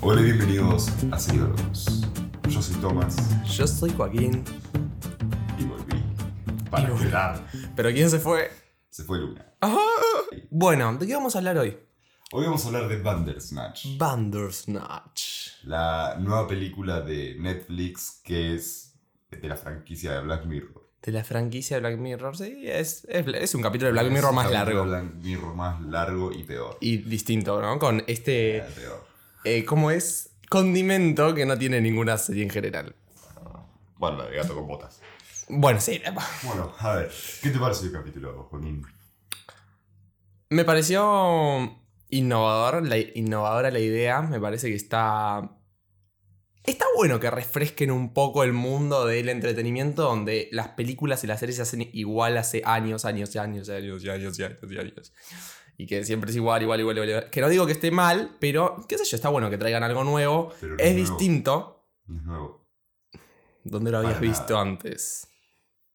Hola y bienvenidos a Seriólogos. Yo soy Tomás Yo soy Joaquín. y volví para volví. quedar. ¿Pero quién se fue? ¡Ah! Se fue Luna. Bueno, ¿de qué vamos a hablar hoy? Hoy vamos a hablar de Bandersnatch, Bandersnatch. la nueva película de Netflix que es de la franquicia de Black Mirror. De la franquicia de Black Mirror. Sí, es, es- es un capítulo de Black Mirror más Es un capítulo largo. de Black Mirror más largo y peor. Y distinto, ¿no? Con este, Era peor. eh, ¿cómo es? Condimento que no tiene ninguna serie en general. Bueno, la de gato con botas. Bueno, sí. Bueno, a ver, ¿qué te pareció el capítulo, Joaquín? Me pareció innovador, la, innovadora la idea. Me parece que está. Está bueno que refresquen un poco el mundo del entretenimiento donde las películas y las series se hacen igual hace años, años y años y años y años y años y años. Y que siempre es igual, igual, igual, igual, igual. Que no digo que esté mal, pero qué sé yo, está bueno que traigan algo nuevo. Pero no es nuevo. distinto No Es nuevo. donde lo habías Para nada. visto antes.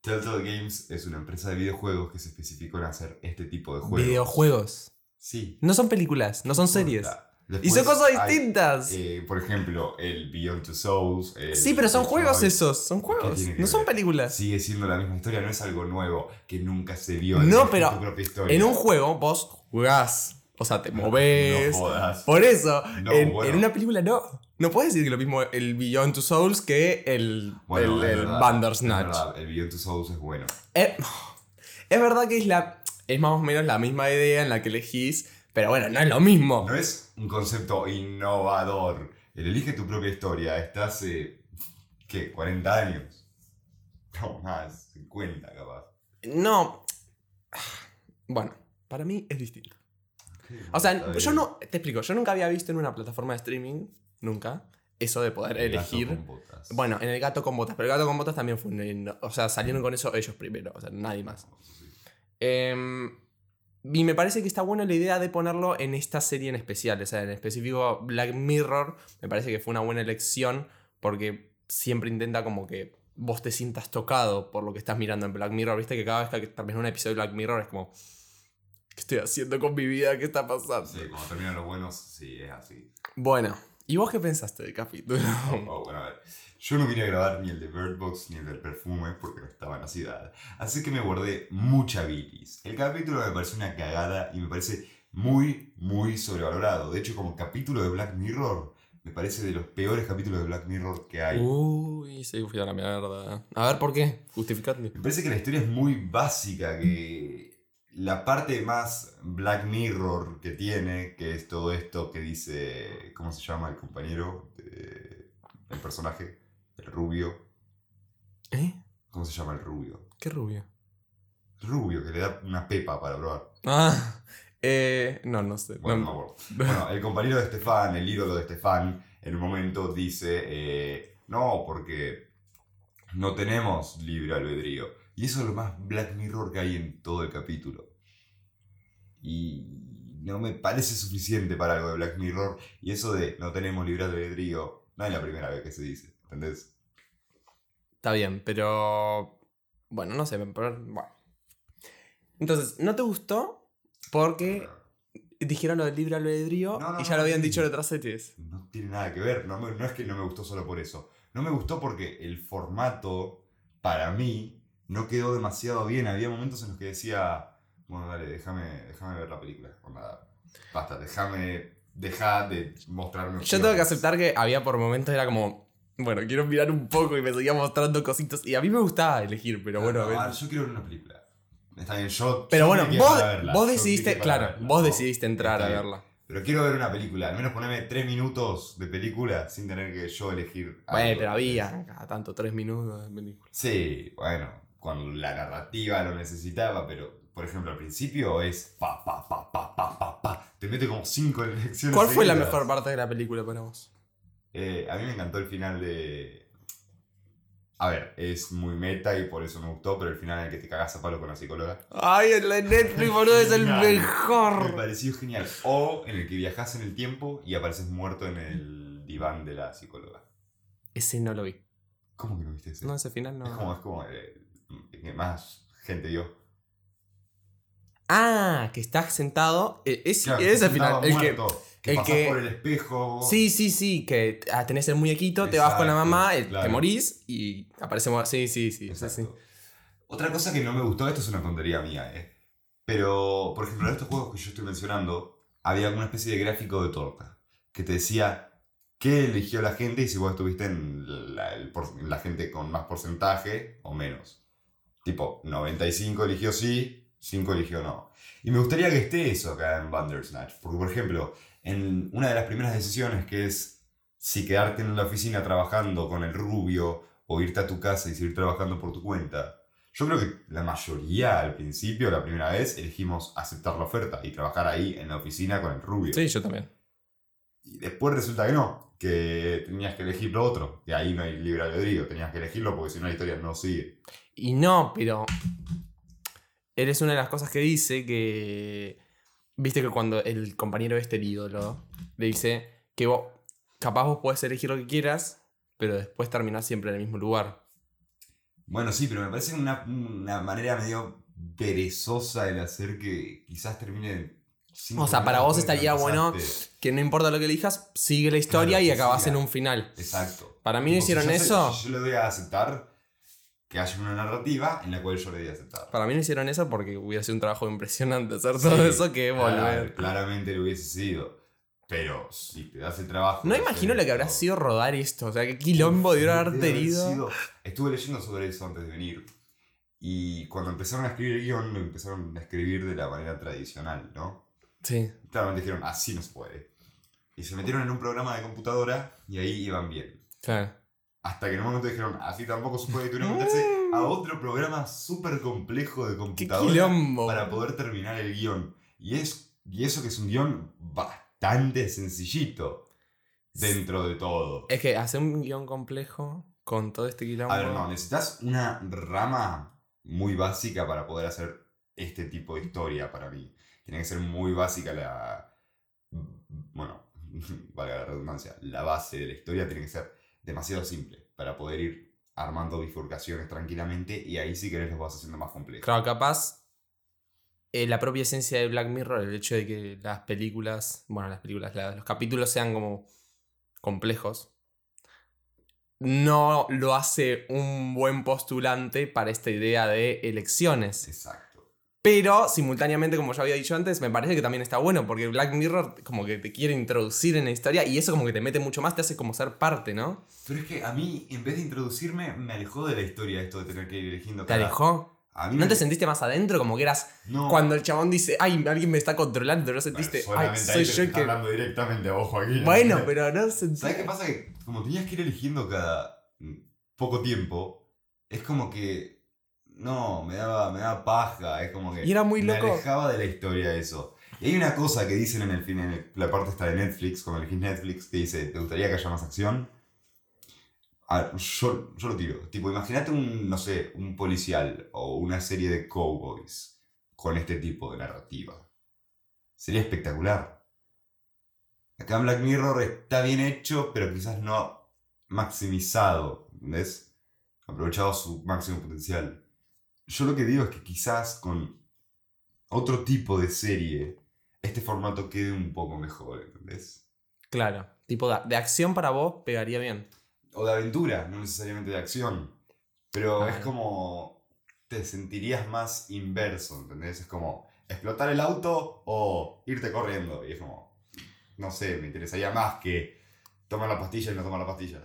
Telltale Games es una empresa de videojuegos que se especificó en hacer este tipo de juegos. Videojuegos. Sí. No son películas, no son series. Y Después son cosas hay, distintas. eh, por ejemplo, el Beyond Two Souls. el Sí, pero son Detroit. juegos esos, son juegos, tiene que no son ver? películas. Sigue siendo la misma historia, no es algo nuevo que nunca se vio. No, es pero tu propia historia. En un juego vos jugás, o sea, te movés. No jodas. Por eso, No, en, bueno. en una película no. No puedes decir que lo mismo el Beyond Two Souls que el, Bueno, el, es el verdad, Bandersnatch. es verdad, el Beyond Two Souls es bueno. Eh, Es, verdad que es, la, es más o menos la misma idea en la que elegís, pero bueno, no es lo mismo. No es un concepto innovador. El elige tu propia historia. Está hace. ¿Qué? ¿40 años? No, más. 50 capaz. No. Bueno, para mí es distinto. O Está sea, yo bien. no. Te explico, yo nunca había visto en una plataforma de streaming, nunca, eso de poder El gato elegir. con botas. Bueno, en el gato con botas, pero el gato con botas también fue un. O sea, salieron con eso ellos primero, o sea, nadie más. Em, y me parece que está buena la idea de ponerlo en esta serie en especial, o sea, en específico Black Mirror, me parece que fue una buena elección porque siempre intenta como que vos te sientas tocado por lo que estás mirando en Black Mirror, viste que cada vez que terminas un episodio de Black Mirror es como, ¿qué estoy haciendo con mi vida? ¿Qué está pasando? Sí, cuando terminan los buenos, sí, es así. Bueno, ¿y vos qué pensaste del capítulo? Oh, bueno, a ver. Yo no quería grabar ni el de Bird Box ni el del perfume porque no estaba en la ciudad. Así que me guardé mucha bilis. El capítulo me parece una cagada y me parece muy, muy sobrevalorado. De hecho, como capítulo de Black Mirror, me parece de los peores capítulos de Black Mirror que hay. Uy, sí, fui a la mierda. A ver, ¿por qué? Justificadme. Me parece que la historia es muy básica, que la parte más Black Mirror que tiene, que es todo esto que dice, ¿cómo se llama el compañero? Eh, el personaje, el rubio. ¿Eh? ¿Cómo se llama el rubio? ¿Qué rubio? El rubio, que le da una pepa para probar. Ah, eh, no, no sé. Bueno, no No- me acuerdo. Bueno, el compañero de Estefan, el ídolo de Estefan, en un momento dice, eh, no, porque no tenemos libre albedrío. Y eso es lo más Black Mirror que hay en todo el capítulo. Y no me parece suficiente para algo de Black Mirror. Y eso de no tenemos libre albedrío, no es la primera vez que se dice, ¿entendés? Está bien, pero. Bueno, no sé. pero- bueno. Entonces, ¿no te gustó? Porque dijeron lo del libre albedrío No, no, y ya no, lo habían sí. dicho en otras series. no tiene nada que ver. No, me- no es que no me gustó solo por eso. No me gustó porque el formato, para mí, no quedó demasiado bien. Había momentos en los que decía, bueno, dale, déjame, déjame ver la película. O nada, basta, déjame, deja de mostrarme. Yo opciones". tengo que aceptar que había por momentos era como. Bueno, quiero mirar un poco y me seguía mostrando cositas. Y a mí me gustaba elegir, pero No, bueno. no, a ah, veces- yo quiero ver una película. Está bien, yo. Pero yo bueno, me quedé vos, para verla, vos yo me decidiste, quedé para claro, verla, vos ¿no? decidiste entrar Está a bien. verla. Pero quiero ver una película, al menos poneme tres minutos de película sin tener que yo elegir. Bueno, algo. pero había cada tanto tres minutos de película. Sí, bueno, con la narrativa lo necesitaba, pero por ejemplo al principio es pa pa pa pa pa pa pa. Te mete como cinco elecciones. ¿Cuál fue la seguidas. mejor parte de la película para vos? Eh, a mí me encantó el final de. A ver, es muy meta y por eso me gustó, pero el final en el que te cagas a palo con la psicóloga. Ay, el de Netflix, boludo, es el Genial. Me mejor. pareció genial. O en el que viajas en el tiempo y apareces muerto en el diván de la psicóloga. Ese no lo vi. ¿Cómo que no viste ese? No, ese final Es como, no. es como el- el que más gente vio. Ah, que estás sentado. eh, Es, Claro, ese estaba final. El que, muerto, Que El pasas que- por el espejo. Sí, sí, sí, que ah, tenés el muñequito, te vas con la Exacto, mamá, eh, te claro. morís y aparecemos. Sí, sí, sí. sí, sí. Exacto. Otra cosa que no me gustó, esto es una tontería mía, ¿eh? Pero, por ejemplo, en estos juegos que yo estoy mencionando, había una especie de gráfico de torta que te decía qué eligió la gente y si vos estuviste en la, el por- en la gente con más porcentaje o menos. Tipo, 95 eligió sí, 5 eligió no. Y me gustaría que esté eso acá en Bandersnatch, porque, por ejemplo, en una de las primeras decisiones que es si quedarte en la oficina trabajando con el rubio o irte a tu casa y seguir trabajando por tu cuenta. Yo creo que la mayoría al principio, la primera vez, elegimos aceptar la oferta y trabajar ahí en la oficina con el rubio. Sí, yo también. Y después resulta que no, que tenías que elegir lo otro, que ahí no hay libre albedrío, tenías que elegirlo porque si no la historia no sigue. Y no, pero. Eres una de las cosas que dice que. Viste que cuando el compañero este, el ídolo, le dice que vos. Capaz vos podés elegir lo que quieras, pero después terminás siempre en el mismo lugar. Bueno, sí, pero me parece una, una manera medio perezosa el hacer que quizás termine... cinco O sea, para minutos vos después de que estaría bueno empezaste. que no importa lo que elijas, sigue la historia Claro, y que acabás siga. en un final. Exacto. Para mí no Tipo, si hicieron yo sé- eso. si yo le voy a aceptar que haya una narrativa en la cual yo le doy a aceptar. Para mí no hicieron eso porque hubiera sido un trabajo impresionante hacer todo Sí, eso que Claro, volver. claramente lo hubiese sido. Pero si te das el trabajo. No de imagino hacer lo que habrá esto, sido rodar esto. O sea, qué quilombo debió debe haber haber tenido. sido- Estuve leyendo sobre eso antes de venir. Y cuando empezaron a escribir el guión, lo empezaron a escribir de la manera tradicional, ¿no? Sí. Claramente dijeron, así no se puede. Y se metieron en un programa de computadora y ahí iban bien. Claro. Hasta que en un momento dijeron, así tampoco se puede, y tuvieron que meterse a otro programa súper complejo de Qué computadora quilombo. para poder terminar el guión. Y, es, y eso que es un guión bastante sencillito dentro de todo. Es que hacer un guión complejo con todo este quilombo. A ver, no, necesitas una rama muy básica para poder hacer este tipo de historia para mí. Tiene que ser muy básica la... Bueno, valga la redundancia, la base de la historia tiene que ser demasiado simple para poder ir armando bifurcaciones tranquilamente y ahí si querés los vas haciendo más complejos. Claro, capaz. eh, la propia esencia de Black Mirror, el hecho de que las películas, bueno, las películas, la- los capítulos sean como complejos, no lo hace un buen postulante para esta idea de elecciones. Exacto. Pero simultáneamente, como ya había dicho antes, me parece que también está bueno, porque Black Mirror como que te quiere introducir en la historia y eso como que te mete mucho más, te hace como ser parte, ¿no? Pero es que a mí, en vez de introducirme, me alejó de la historia esto de tener que ir eligiendo ¿Te cada- alejó? A mí ¿No me- te sentiste más adentro? Como que eras... No. Cuando el chabón dice, ay, alguien me está controlando, ¿no sentiste? Bueno, ay, solamente soy ahí te yo está que... hablando directamente a vos, Joaquín. Bueno, pero no sentí... ¿Sabes qué pasa? Que como tenías que ir eligiendo cada mm, poco tiempo, es como que. No, me daba, me daba paja. Es como que. Y era muy me loco. alejaba de la historia eso. Y hay una cosa que dicen en el fin, en el- la parte esta de Netflix, cuando elegís Netflix, que dice: ¿te gustaría que haya más acción? A ver, yo, yo lo tiro. Tipo, imagínate un, no sé, un policial o una serie de cowboys con este tipo de narrativa. Sería espectacular. Acá en Black Mirror está bien hecho, pero quizás no maximizado, ¿ves? Aprovechado su máximo potencial. Yo lo que digo es que quizás con otro tipo de serie, este formato quede un poco mejor, ¿entendés? Claro, tipo de, de acción para vos pegaría bien. O de aventura, no necesariamente de acción. Pero Ah. es como. te sentirías más inverso, ¿entendés? Es como explotar el auto o irte corriendo. Y es como. No sé, me interesaría más que tomar la pastilla y no tomar la pastilla.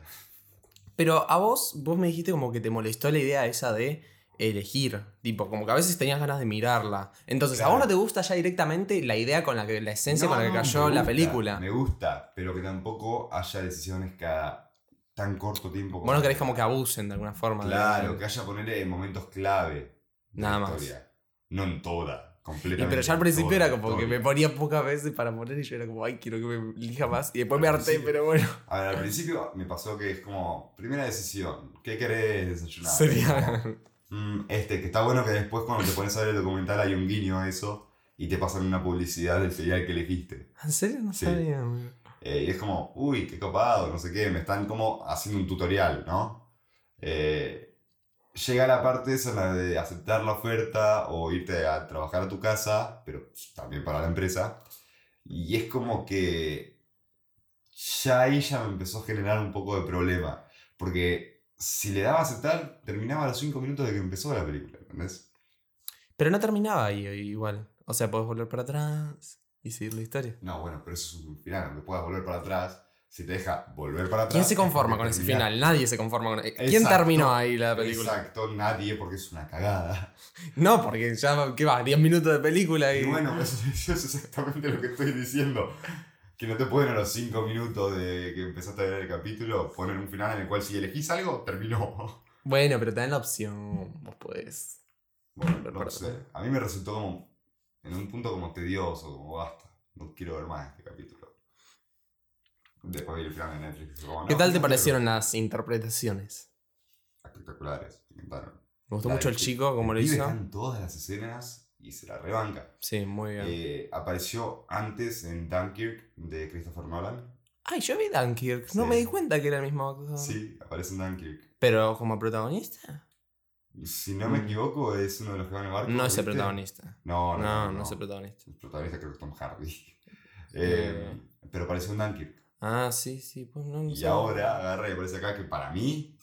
Pero a vos, vos me dijiste como que te molestó la idea esa de elegir, tipo, como que a veces tenías ganas de mirarla. Entonces, ¿a vos Claro. no te gusta ya directamente la idea con la que, la esencia con la que No, no, cayó me la gusta, película? Me gusta, pero que tampoco haya decisiones cada tan corto tiempo. Vos no querés como que abusen de alguna forma. de- Claro, que haya ponerle en momentos clave. de la Nada más. historia. No en toda, Y completamente. pero ya al en principio toda era la como que me historia. ponía pocas veces para poner y yo era como, ay, quiero que me elija más. Y después Al me harté, principio. pero bueno. A ver, al principio me pasó que es como, primera decisión, ¿qué querés desayunar? Sería. Mm, este, que está bueno que después cuando te pones a ver el documental hay un guiño a eso y te pasan una publicidad del serial que elegiste. ¿En serio? No Sí. sabía, amigo. Eh, y es como, uy, qué copado, no sé qué, me están como haciendo un tutorial, ¿no? Eh, llega la parte esa, la de aceptar la oferta o irte a trabajar a tu casa, pero también para la empresa. Y es como que ya ahí ya me empezó a generar un poco de problema. Porque si le daba a aceptar, terminaba a los 5 minutos de que empezó la película, ¿entendés? Pero no terminaba ahí igual. O sea, podés volver para atrás y seguir la historia. No, bueno, pero eso es un final, aunque puedas volver para atrás. Si te deja volver para atrás. ¿Quién se conforma es con ese terminar. final? Nadie se conforma con. eh, ¿Quién Exacto, terminó ahí la película? Exacto, nadie, porque es una cagada. No, porque ya, ¿qué va? 10 minutos de película y. Y bueno, eso, eso es exactamente lo que estoy diciendo. Que no te pueden a los 5 minutos de que empezaste a ver el capítulo poner un final en el cual si elegís algo, terminó. Bueno, pero te dan la opción. Vos podés. Bueno, no sé. A mí me resultó como, en un punto como tedioso, como basta. No quiero ver más este capítulo. Después vi el final de Netflix. y como, ¿Qué no, tal no te quiero parecieron las interpretaciones? ver. Espectaculares, me encantaron. Me gustó La mucho del el pi- chico, como El lo pibe hizo. está en todas las escenas y se la rebanca. Sí, muy bien. Eh, apareció antes en Dunkirk de Christopher Nolan. Ay, yo vi Dunkirk. No sí. me di cuenta que era el mismo actor. Sí, aparece en Dunkirk. Pero como protagonista. Si no me Mm. equivoco, es uno de los que van en el barco. No es el ¿viste? protagonista. No, No, no, no, es el protagonista. El protagonista creo que es Tom Hardy. Eh, Pero apareció en Dunkirk. Ah, sí, sí. Pues no, no Y sabía. ahora agarra y aparece acá que para mí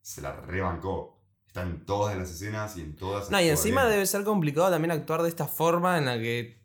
se la rebancó. Está en todas las escenas y en todas No, y actúa encima bien. debe ser complicado también actuar de esta forma en la que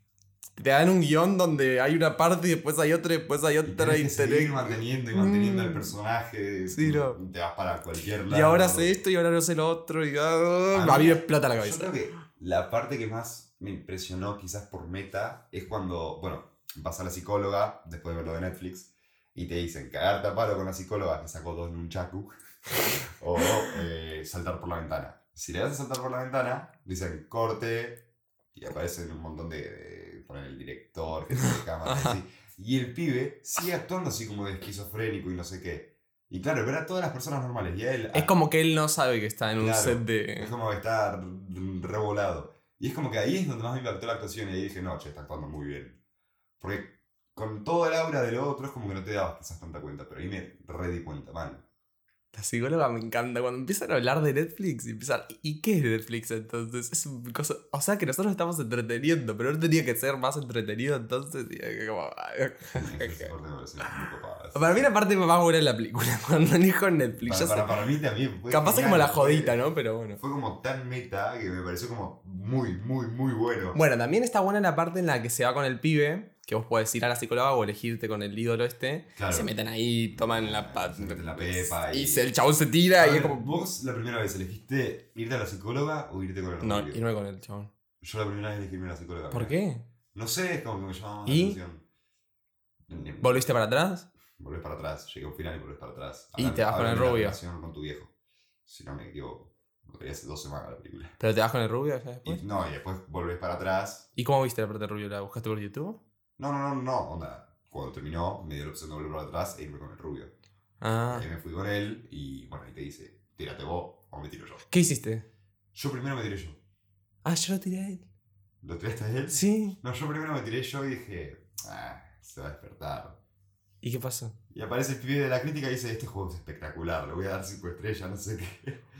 te dan un guión donde hay una parte y después hay otra y después hay Y otra tenés y, que te- seguir manteniendo y manteniendo el Mm. personaje. Sí, no. Te vas para cualquier y lado. ahora sé esto y ahora no sé lo otro y ah, A a mí- mí me explota la Yo creo cabeza. que la parte que más me impresionó, quizás por meta, es cuando, bueno, vas a la psicóloga después de verlo de Netflix y te dicen cagarte a palo con la psicóloga que sacó dos nunchaku o eh, saltar por la ventana. Si le das a saltar por la ventana, dicen corte y aparecen un montón de. de- ponen el director, gente de cámara, así. Y el pibe sigue actuando así como de esquizofrénico y no sé qué. Y claro, ver a todas las personas normales y a él. Es a- como que él no sabe que está en un Claro. set es de. como que está r- revolado. Y es como que ahí es donde más me impactó la actuación. Y ahí dije, no, che, está actuando muy bien. Porque con todo el aura del otro es como que no te dabas quizás tanta cuenta. Pero ahí me re di cuenta, man. La psicóloga me encanta. Cuando empiezan a hablar de Netflix y empiezan. ¿Y qué es Netflix entonces? Es un cosa- O sea que nosotros estamos entreteniendo, pero él tenía que ser más entretenido entonces. y era como- Esa parte me pareció muy copada. Para mí la parte más buena de la película, cuando dijo Netflix. para, ya para, sé. para mí también. fue Capaz es genial, como la fue- jodita, ¿no? Pero bueno. Fue como tan meta que me pareció como muy, muy, muy bueno. Bueno, también está buena la parte en la que se va con el pibe, que vos podés ir a la psicóloga o elegirte con el ídolo este. Claro. Se meten ahí, toman la pa- Se meten la pepa Y, y- se- el chabón se A tira y ver, es como. ¿Vos la primera vez elegiste irte a la psicóloga o irte con el No, novio? irme con el chabón. Yo la primera vez elegí irme a la psicóloga. ¿Por mirá. qué? No sé, es como que me llamaba más ¿Y? la atención. ¿Volviste para atrás? Volvés para atrás, llegué a un final y volvés para atrás. Y te vas con hablan el de la rubio. relación con tu viejo. Si no me equivoco. Lo veía hace dos semanas la película. ¿Pero te vas con el rubio ya Y, después? no, y después volvés para atrás. ¿Y cómo viste la parte del rubio? ¿La buscaste por YouTube? No, no, no, no, onda. Cuando terminó, me dio la opción de volver para atrás e irme con el rubio. Ah. Ahí me fui con él y bueno, ahí te dice, tírate vos o me tiro yo. ¿Qué hiciste? Yo primero me tiré yo. Ah, yo lo tiré a él. ¿Lo tiraste a él? Sí. No, yo primero me tiré yo y dije, ah, se va a despertar. ¿Y qué pasó? Y aparece el pibe de la crítica y dice, este juego es espectacular, le voy a dar 5 estrellas, no sé qué.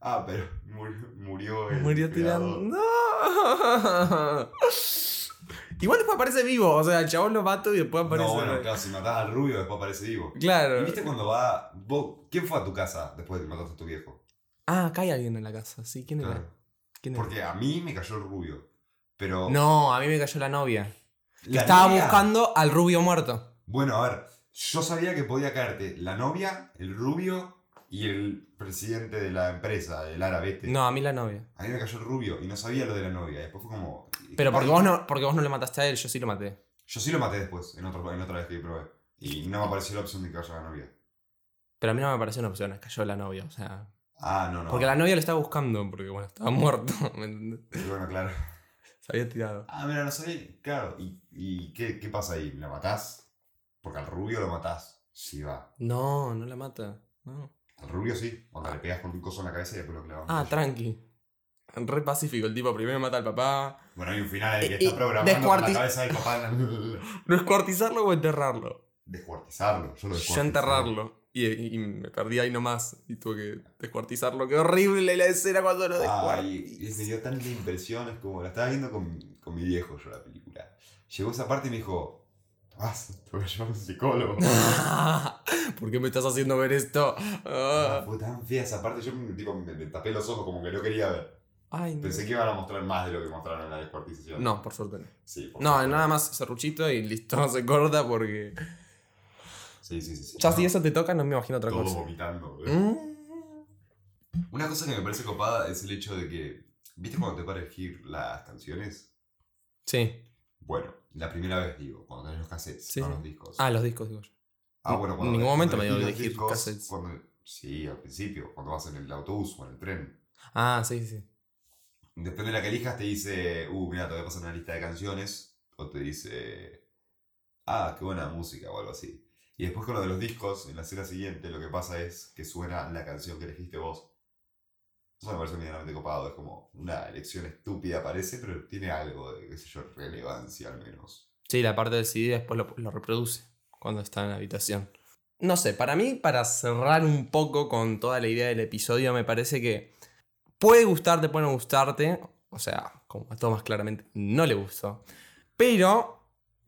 Ah, pero murió, murió el Murió tirando. creador. ¡No! Igual después aparece vivo. O sea, el chabón lo mato y después aparece. No, bueno, claro, si matás al rubio después aparece vivo. Claro. ¿Y viste cuando va... vos- ¿Quién fue a tu casa después de que mataste a tu viejo? Ah, acá hay alguien en la casa. Sí, ¿quién era? Claro. ¿Quién era? Porque a mí me cayó el rubio. Pero... No, a mí me cayó la novia. la Estaba novia- buscando al rubio muerto. Bueno, a ver, yo sabía que podía caerte la novia, el rubio y el presidente de la empresa, el árabe este. No, a mí la novia. A mí me cayó el rubio y no sabía lo de la novia. Después fue como... Pero porque Ay, vos no, porque vos no le mataste a él, yo sí lo maté. Yo sí lo maté después, en, otro, en otra vez que probé. Y no me apareció la opción de que vaya la novia. Pero a mí no me pareció una opción, cayó la novia, o sea. Ah, no, no. Porque la novia lo estaba buscando, porque bueno, estaba muerto, ¿me entendés? Y Bueno, claro. Se había tirado. Ah, mira, no sabía. Claro. ¿Y, y qué, qué pasa ahí? ¿La matás? Porque al rubio lo matás. Sí, va. No, no la mata. no. Al rubio sí. Cuando le pegas con un coso en la cabeza y después lo clavas. Ah, tranqui. Re pacífico, el tipo primero mata al papá. Bueno, hay un final en el que Y- está programando con la descuartiz- cabeza del papá. en la- No escuartizarlo o enterrarlo. Descuartizarlo. Yo lo Yo descuartizé. enterrarlo. Y, y- y me perdí ahí nomás. Y tuve que descuartizarlo. Qué horrible la escena cuando lo Ay, y me descuartizó. dio tanta impresión, es como la estaba viendo con, con mi viejo yo la película. Llegó esa parte y me dijo, "Tomá, Tomás, te voy a llevar a un psicólogo. ¿Por qué me estás haciendo ver esto? Ah, Ah. Fue tan fea esa parte, yo me- tipo, me, me tapé los ojos como que no quería ver. Ay, no. Pensé que iban a mostrar más de lo que mostraron en la descuartización. No, por suerte no. Sí, por No, supuesto. nada más serruchito y listo, se corta porque. Sí, sí, sí. sí. Ya si No, eso te toca, no me imagino otra Todo cosa. vomitando. boludo. Mm. Una cosa que me parece copada es el hecho de que, ¿viste cuando te para elegir las canciones? Sí. Bueno, la primera vez digo, cuando tenés los cassettes, Sí, no sí. los discos. Ah, los discos, digo yo. Ah, bueno, cuando en ningún momento cuando me dio elegís elegir los discos, cassettes. cuando- sí, al principio, cuando vas en el autobús o en el tren. Ah, sí, sí. Depende de la que elijas, te dice, uh, mira, te voy a pasar una lista de canciones. O te dice, ah, qué buena música o algo así. Y después con lo de los discos, en la escena siguiente, lo que pasa es que suena la canción que elegiste vos. Eso me parece medianamente copado. Es como una elección estúpida, parece, pero tiene algo de, qué sé yo, relevancia al menos. Sí, la parte del CD después lo, lo reproduce cuando está en la habitación. No sé, para mí, para cerrar un poco con toda la idea del episodio, me parece que puede gustarte, puede no gustarte. O sea, como a Tomás claramente no le gustó. Pero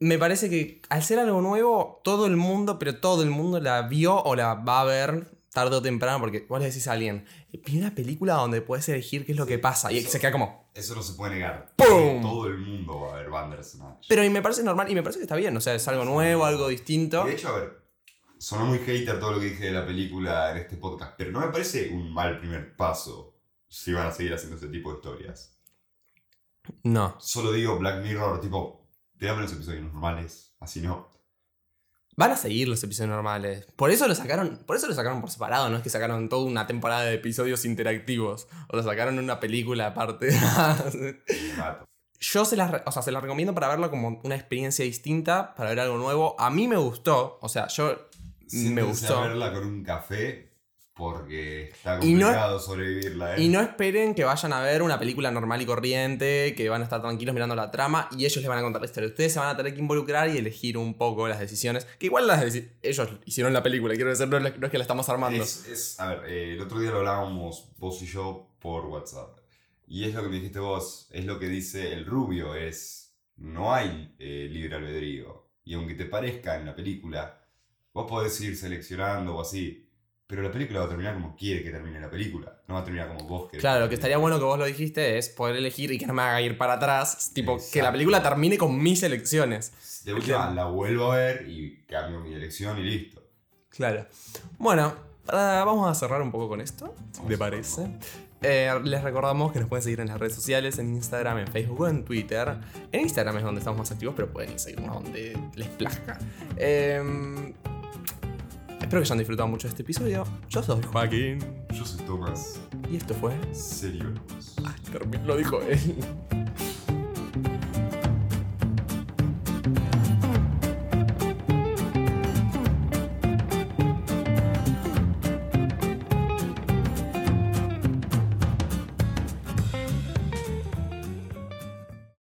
me parece que al ser algo nuevo, todo el mundo, pero todo el mundo la vio o la va a ver tarde o temprano, porque vos le decís a alguien, vi una película donde puedes elegir qué es lo que pasa. Y eso. se queda como, Eso no se puede negar. ¡Pum! Todo el mundo va a ver Bandersnatch. Pero y me parece normal y me parece que está bien, o sea, es algo nuevo, algo distinto. De hecho, a ver, sonó muy hater todo lo que dije de la película en este podcast, pero no me parece un mal primer paso si van a seguir haciendo este tipo de historias. No. Solo digo Black Mirror, tipo, tirame los episodios normales, así no. Van a seguir los episodios normales. Por eso lo sacaron, por eso lo sacaron por separado, no es que sacaron toda una temporada de episodios interactivos o lo sacaron en una película aparte. me mato. Yo se las, re- o sea, se las recomiendo para verlo como una experiencia distinta, para ver algo nuevo. A mí me gustó, o sea, yo me Siéntense gustó. a verla con un café porque está Y no- complicado sobrevivirla, ¿eh? Y no esperen que vayan a ver una película normal y corriente, que van a estar tranquilos mirando la trama y ellos les van a contar la historia. Ustedes se van a tener que involucrar y elegir un poco las decisiones. Que igual las deci- ellos hicieron la película, quiero decir, no es no es que la estamos armando. Es, es- a ver, eh, el otro día lo hablábamos vos y yo por WhatsApp. Y es lo que me dijiste vos, es lo que dice el rubio, es no hay eh, libre albedrío. Y aunque te parezca en la película, vos podés ir seleccionando o así, pero la película va a terminar como quiere que termine la película, no va a terminar como vos querés. Claro, lo que termine. estaría bueno que vos lo dijiste es poder elegir y que no me haga ir para atrás. Tipo, que la Exacto. película termine con mis elecciones. De última, la vuelvo a ver y cambio mi elección y listo. Claro. Bueno, para- vamos a cerrar un poco con esto, si te parece. Eh, les recordamos que nos pueden seguir en las redes sociales, en Instagram, en Facebook o en Twitter. En Instagram es donde estamos más activos, pero pueden seguirnos donde les plazca. Eh, espero que hayan disfrutado mucho de este episodio. Yo soy Joaquín Yo soy Tomás, y esto fue... serio. Ay, termi- lo dijo él.